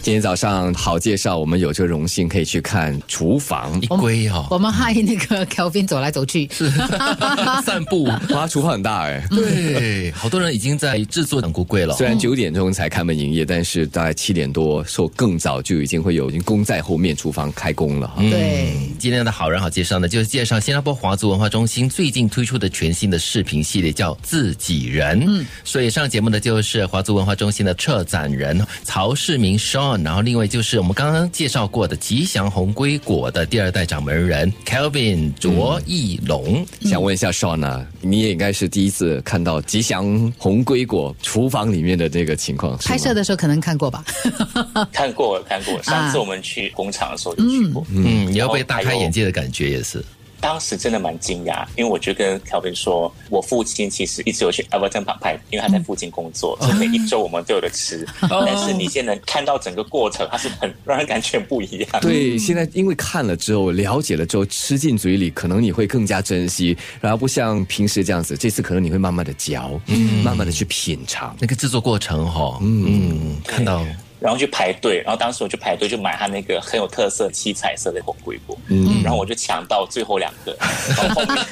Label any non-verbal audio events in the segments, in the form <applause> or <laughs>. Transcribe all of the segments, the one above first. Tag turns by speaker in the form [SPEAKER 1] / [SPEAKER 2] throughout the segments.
[SPEAKER 1] 今天早上好介绍，我们有这荣幸可以去看厨房
[SPEAKER 2] <laughs> 一。龟哦哈、
[SPEAKER 3] 我们害那个 <laughs> Kelvin 走来走去，
[SPEAKER 2] 散步。
[SPEAKER 1] <laughs> 哇，厨房很大哎、
[SPEAKER 2] 对，好多人已经在制作冷锅柜了
[SPEAKER 1] 虽。然九点钟才开门营业，但是大概七点多，说更早就已经会有已经工在后面厨房开工了
[SPEAKER 2] 嗯
[SPEAKER 1] 哈。
[SPEAKER 3] 对，
[SPEAKER 2] 今天的好人好介绍呢，就是介绍新加坡华族文化中心最近推出的全新的视频系列，叫《自己人》。嗯，所以上节目的就是华族文化中心的策展人曹世明 Sean，然后另外就是我们刚刚介绍过的吉祥红龟果的第二代掌门人 Kelvin 卓义龙。
[SPEAKER 1] 想问一下 Sean 啊，你也应该是第一次看到吉祥红龟果厨房里面的这个情况，是吗
[SPEAKER 3] 拍摄的时候可能看过吧。
[SPEAKER 4] 看过看过，上次我们去工厂的时候就去过，
[SPEAKER 2] 嗯，你要被
[SPEAKER 4] 然后
[SPEAKER 2] 大
[SPEAKER 4] 还
[SPEAKER 2] 开
[SPEAKER 4] 有
[SPEAKER 2] 眼界的感觉也是。
[SPEAKER 4] 当时真的蛮惊讶，因为我就跟 Kelvin 说，我父亲其实一直有去 Everton Park 拍，因为他在附近工作，所以每一周我们都有的吃。但是你现在能看到整个过程，它是很让人感觉不一样。
[SPEAKER 1] 对，现在因为看了之后，了解了之后，吃进嘴里，可能你会更加珍惜，然后不像平时这样子，这次可能你会慢慢的嚼，慢慢的去品尝。
[SPEAKER 2] 那个制作过程哈、嗯，看到
[SPEAKER 4] 然后去排队，然后当时我就排队就买他那个很有特色七彩色的火龟果，嗯，然后我就抢到最后两个，然后后面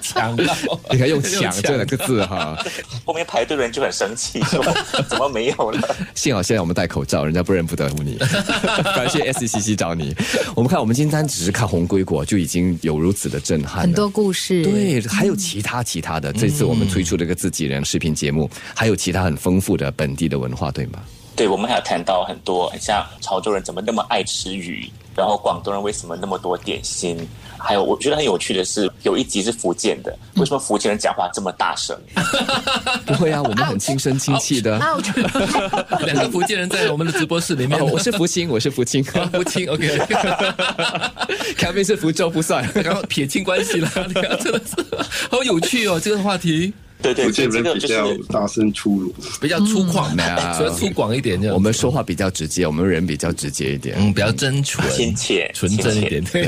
[SPEAKER 2] <laughs> 强到
[SPEAKER 1] <laughs> 你看用“
[SPEAKER 2] <laughs>
[SPEAKER 1] 抢”这两个字 <laughs> 哈，
[SPEAKER 4] 后面排队的人就很生气，说怎么没有了？
[SPEAKER 1] 幸好现在我们戴口罩，人家不认不得你。感谢 SCCC 找你。我们看，我们今天单只是看红龟果就已经有如此的震撼了，
[SPEAKER 3] 很多故事，，
[SPEAKER 1] 对，还有其他其他的。这次我们推出了一个自己人视频节目，还有其他很丰富的本地的文化，对吗？
[SPEAKER 4] 对，我们还有谈到很多，像潮州人怎么那么爱吃鱼，然后广东人为什么那么多点心，还有我觉得很有趣的是，有一集是福建的，为什么福建人讲话这么大声？
[SPEAKER 1] 不会啊，我们很亲身亲戚的。
[SPEAKER 3] 啊嗯
[SPEAKER 2] <laughs> 两个福建人在我们的直播室里面
[SPEAKER 1] 哦，，我是福清，我是福清。
[SPEAKER 2] 分不清 <laughs> OK。
[SPEAKER 1] 咖啡是福州不算。
[SPEAKER 2] 然后撇清关 <laughs> 系了，你看真的是好有趣哦，这个话题
[SPEAKER 4] 对对，
[SPEAKER 5] 福
[SPEAKER 4] 这
[SPEAKER 5] 建
[SPEAKER 4] 这
[SPEAKER 5] 人
[SPEAKER 4] 个
[SPEAKER 5] 比
[SPEAKER 4] 就
[SPEAKER 5] 较
[SPEAKER 4] 是
[SPEAKER 5] 大声粗鲁，
[SPEAKER 2] 比较粗犷
[SPEAKER 1] 嗯
[SPEAKER 2] 的，所以粗犷一点这样子。
[SPEAKER 1] 我们说话比较直接，我们人比较直接一点。
[SPEAKER 2] 嗯，比较真
[SPEAKER 1] 啊
[SPEAKER 2] 纯、
[SPEAKER 4] 亲切
[SPEAKER 2] 纯真一点。对。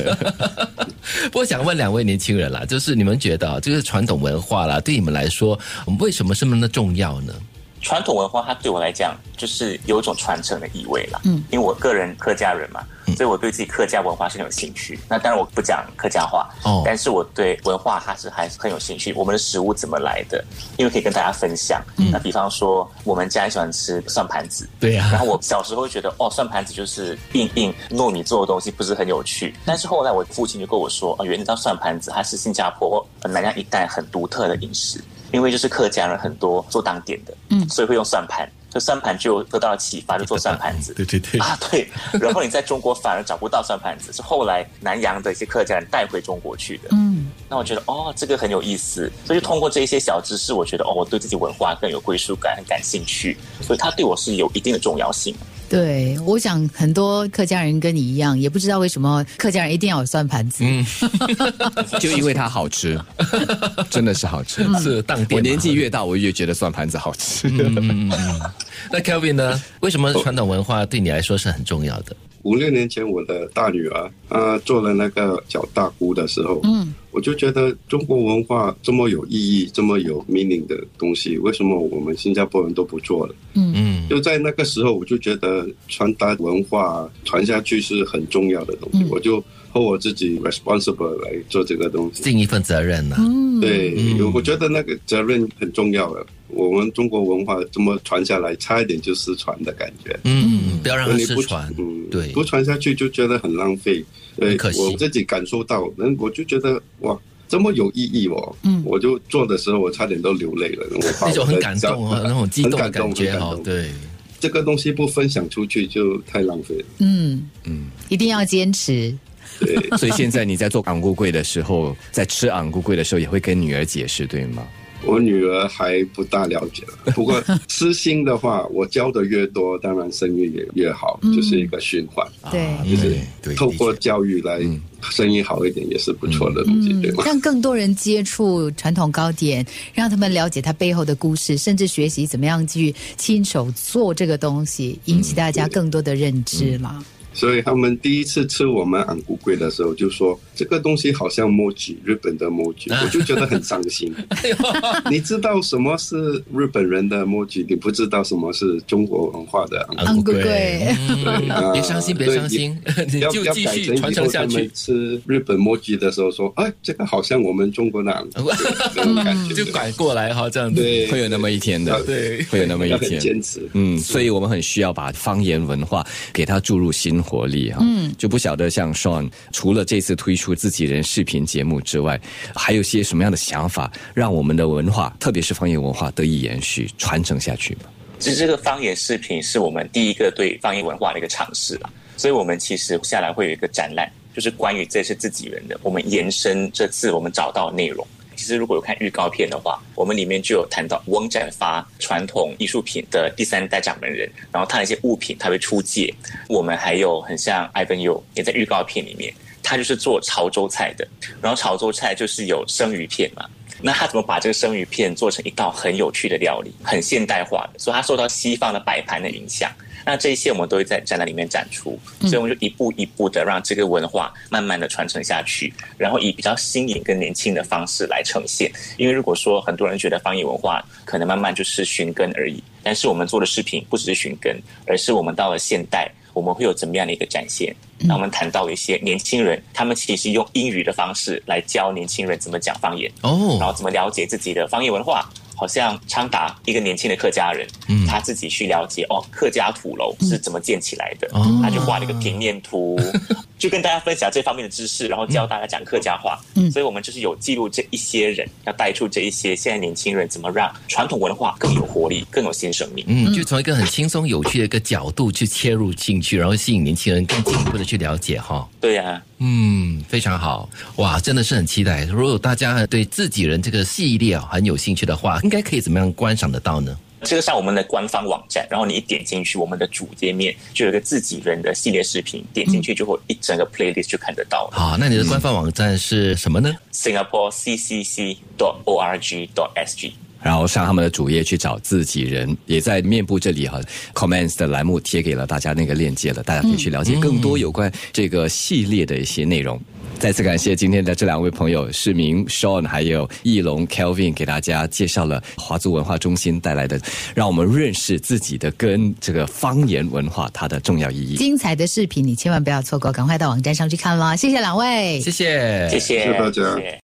[SPEAKER 2] <laughs> 不过想问两位年轻人啦，就是你们觉得啊，就是传统文化啦，对你们来说，为什么是那么重要呢？
[SPEAKER 4] 传统文化，它对我来讲就是有一种传承的意味啦。嗯，因为我个人客家人嘛，所以我对自己客家文化是很有兴趣。那当然我不讲客家话，
[SPEAKER 2] 哦
[SPEAKER 4] 但是我对文化还是还是很有兴趣。我们的食物怎么来的？因为可以跟大家分享。那比方说，我们家很喜欢吃蒜盘子，
[SPEAKER 2] 对啊呀
[SPEAKER 4] 然后我小时候觉得，哦，算盘子就是硬硬糯米做的东西，不是很有趣。但是后来我父亲就跟我说，哦，原来道算盘子它是新加坡呃南洋一带很独特的饮食，因为就是客家人很多做当点的，嗯，所以会用算盘。这算盘就得到了启发，就做算盘
[SPEAKER 2] <laughs>
[SPEAKER 4] 子。
[SPEAKER 2] 对对
[SPEAKER 4] 啊，对。然后你在中国反而找不到算盘子，是后来南洋的一些客家人带回中国去的。
[SPEAKER 3] 嗯，
[SPEAKER 4] 那我觉得哦，这个很有意思，所以就通过这一些小知识，我觉得哦，我对自己文化更有归属感，很感兴趣，所以它对我是有一定的重要性。
[SPEAKER 3] <laughs> 对，我想很多客家人跟你一样，也不知道为什么客家人一定要有算盘子，
[SPEAKER 1] 就因为它好 <laughs> 吃，真的是好吃。
[SPEAKER 2] 是当
[SPEAKER 1] 嗯
[SPEAKER 2] 地
[SPEAKER 1] 我年纪越大，我越觉得蒜盘子好吃。
[SPEAKER 5] 嗯
[SPEAKER 2] 那 Kelvin 呢？为什么传统文化对你来说是很重要的？
[SPEAKER 5] 五六年前，我的大女儿她做了那个小大姑的时候，嗯，我就觉得中国文化这么有意义、这么有 meaning 的东西，为什么我们新加坡人都不做了？
[SPEAKER 2] 嗯，
[SPEAKER 5] 就在那个时候，我就觉得传达文化传下去是很重要的东西，我就和我自己 responsible 来做这个东西。
[SPEAKER 2] 尽一份责任啊呐、
[SPEAKER 3] 嗯
[SPEAKER 5] 对，
[SPEAKER 4] 嗯
[SPEAKER 5] 我觉得那个责任很重要的。我们中国文化这么传下来，差一点就失传的感觉。
[SPEAKER 2] 嗯，不要让它
[SPEAKER 5] 呃你
[SPEAKER 2] 失
[SPEAKER 5] 不
[SPEAKER 2] 传。
[SPEAKER 5] 嗯，
[SPEAKER 2] 对，
[SPEAKER 5] 不传下去就觉得很浪费。对
[SPEAKER 2] 很可惜
[SPEAKER 5] 我自己感受到，那我就觉得哇，这么有意义哦。嗯，我就做的时候，我差点都流泪了。我
[SPEAKER 2] 那
[SPEAKER 5] 把我
[SPEAKER 2] 种很
[SPEAKER 5] 的
[SPEAKER 2] 感
[SPEAKER 5] 家
[SPEAKER 2] 动
[SPEAKER 5] <laughs>
[SPEAKER 2] 哦，那种激动的
[SPEAKER 5] 很感
[SPEAKER 2] 感觉
[SPEAKER 5] 很
[SPEAKER 2] 哦
[SPEAKER 5] 动，
[SPEAKER 2] 对。
[SPEAKER 5] 这个东西不分享出去就太浪费了。
[SPEAKER 3] 嗯嗯，一定要坚持，
[SPEAKER 5] 对，
[SPEAKER 1] <laughs> 所以现在你在做昂咕贵的时候，在吃昂咕贵的时候，也会跟女儿解释，对吗？
[SPEAKER 5] 我女儿还不大了解了，
[SPEAKER 2] <laughs>
[SPEAKER 5] 不过私心的话，我教的越多，当然生意也越好，就是一个循环。
[SPEAKER 3] 对。
[SPEAKER 5] 就是
[SPEAKER 2] 对
[SPEAKER 5] 透过
[SPEAKER 2] 嗯的确嗯
[SPEAKER 5] 教育来生意好一点，也是不错的东西，对吗？
[SPEAKER 3] 让嗯更多人接触传统糕点，让他们了解它背后的故事，甚至学习怎么样去亲手做这个东西，引起大家更多的认知啦。
[SPEAKER 5] 所以他们第一次吃我们昂古贵的时候，就说这个东西好像 mochi 日本的 mochi，我
[SPEAKER 2] 啊
[SPEAKER 5] 就觉得很伤
[SPEAKER 2] <laughs>
[SPEAKER 5] 心。
[SPEAKER 2] 哎
[SPEAKER 5] 你知道什么是日本人的 mochi，你不知道什么是中国文化的昂
[SPEAKER 3] 昂贵贵
[SPEAKER 2] 啊嗯
[SPEAKER 5] 啊
[SPEAKER 2] 别伤心，别伤
[SPEAKER 5] <laughs>
[SPEAKER 2] 心， <laughs> 你
[SPEAKER 5] 要
[SPEAKER 2] 就
[SPEAKER 5] 要
[SPEAKER 2] 继
[SPEAKER 5] 改
[SPEAKER 2] 续
[SPEAKER 5] 成以
[SPEAKER 2] 传承
[SPEAKER 5] 后
[SPEAKER 2] 下
[SPEAKER 5] 他
[SPEAKER 2] 去
[SPEAKER 5] 们。吃日本 mochi 的时候说，哎，这个好像我们中国
[SPEAKER 2] <laughs>
[SPEAKER 5] 的昂贵那种感觉，
[SPEAKER 2] 就拐过来哈，这样子。
[SPEAKER 5] 对，
[SPEAKER 1] 会有那么一天的，
[SPEAKER 2] 对
[SPEAKER 1] 会有那么一
[SPEAKER 5] 要很
[SPEAKER 1] 天。
[SPEAKER 5] 坚持。
[SPEAKER 1] 嗯，所以我们很需要把方言文化给它注入新活力哈、嗯，就不晓得像 Sean 除了这次推出自己人视频节目之外，还有些什么样的想法，让我们的文化，特别是方言文化得以延续、传承下去吗？
[SPEAKER 4] 其实这个方言视频是我们第一个对方言文化的一个尝试啦，所以我们其实下来会有一个展览，就是关于这次自己人的，我们延伸这次我们找到的内容。其实如果有看预告片的话，我们里面就有谈到翁展发传统艺术品的第三代掌门人，然后他的一些物品他会出借。我们还有很像艾文佑也在预告片里面，他就是做潮州菜的，然后潮州菜就是有生鱼片嘛，那他怎么把这个生鱼片做成一道很有趣的料理，很现代化的？所以他受到西方的摆盘的影响。那这一些我们都会在展览里面展出，所以我们就一步一步的让这个文化慢慢的传承下去，然后以比较新颖跟年轻的方式来呈现。因为如果说很多人觉得方言文化可能慢慢就是寻根而已，但是我们做的视频不只是寻根，而是我们到了现代，我们会有怎么样的一个展现？那我们谈到了一些年轻人，他们其实用英语的方式来教年轻人怎么讲方言。然后
[SPEAKER 2] 哦，
[SPEAKER 4] 怎么了解自己的方言文化。好像昌达一个年轻的客家人，
[SPEAKER 2] 嗯
[SPEAKER 4] 他自己去了解哦，客家土楼是怎么建起来的，
[SPEAKER 2] 哦
[SPEAKER 4] 他就画了一个平
[SPEAKER 2] <laughs>
[SPEAKER 4] 面图，就跟大家分享这方面的知识，然后教大家讲客家话。
[SPEAKER 3] 嗯
[SPEAKER 4] 所以我们就是有记录这一些人，要带出这一些现在年轻人怎么让传统文化更有活力，更有新生命。
[SPEAKER 2] 嗯，就从一个很轻松有趣的一个角度去切入进去，然后吸引年轻人更进一步的去了解哈。
[SPEAKER 4] 对啊呀、
[SPEAKER 2] 嗯，非常好，哇，真的是很期待。如果大家对自己人这个系列啊很有兴趣的话，应该可以怎么样观赏得到呢？
[SPEAKER 4] 这个上我们的官方网站，然后你一点进去，我们的主页面就有一个自己人的系列视频，点进去
[SPEAKER 2] 嗯
[SPEAKER 4] 就会有一整个 playlist 就看得到了。
[SPEAKER 2] 好，那你的
[SPEAKER 5] 嗯
[SPEAKER 2] 官方网站是什么呢？
[SPEAKER 4] singaporeccc.org.sg。
[SPEAKER 1] 然后上他们的主页去找自己人，也在面部这里哈 comments 的栏目贴给了大家那个链接了，大家可以去了解更多有关这个系列的一些内容。再次感谢今天的这两位朋友，市民 Sean 还有翼龙 Kelvin 给大家介绍了华族文化中心带来的，让我们认识自己的跟这个方言文化它的重要意义。
[SPEAKER 3] 精彩的视频，你千万不要错过，赶快到网站上去看啦！谢谢两位，
[SPEAKER 2] 哎谢谢，
[SPEAKER 4] 谢谢，
[SPEAKER 5] 谢谢大家
[SPEAKER 4] 谢谢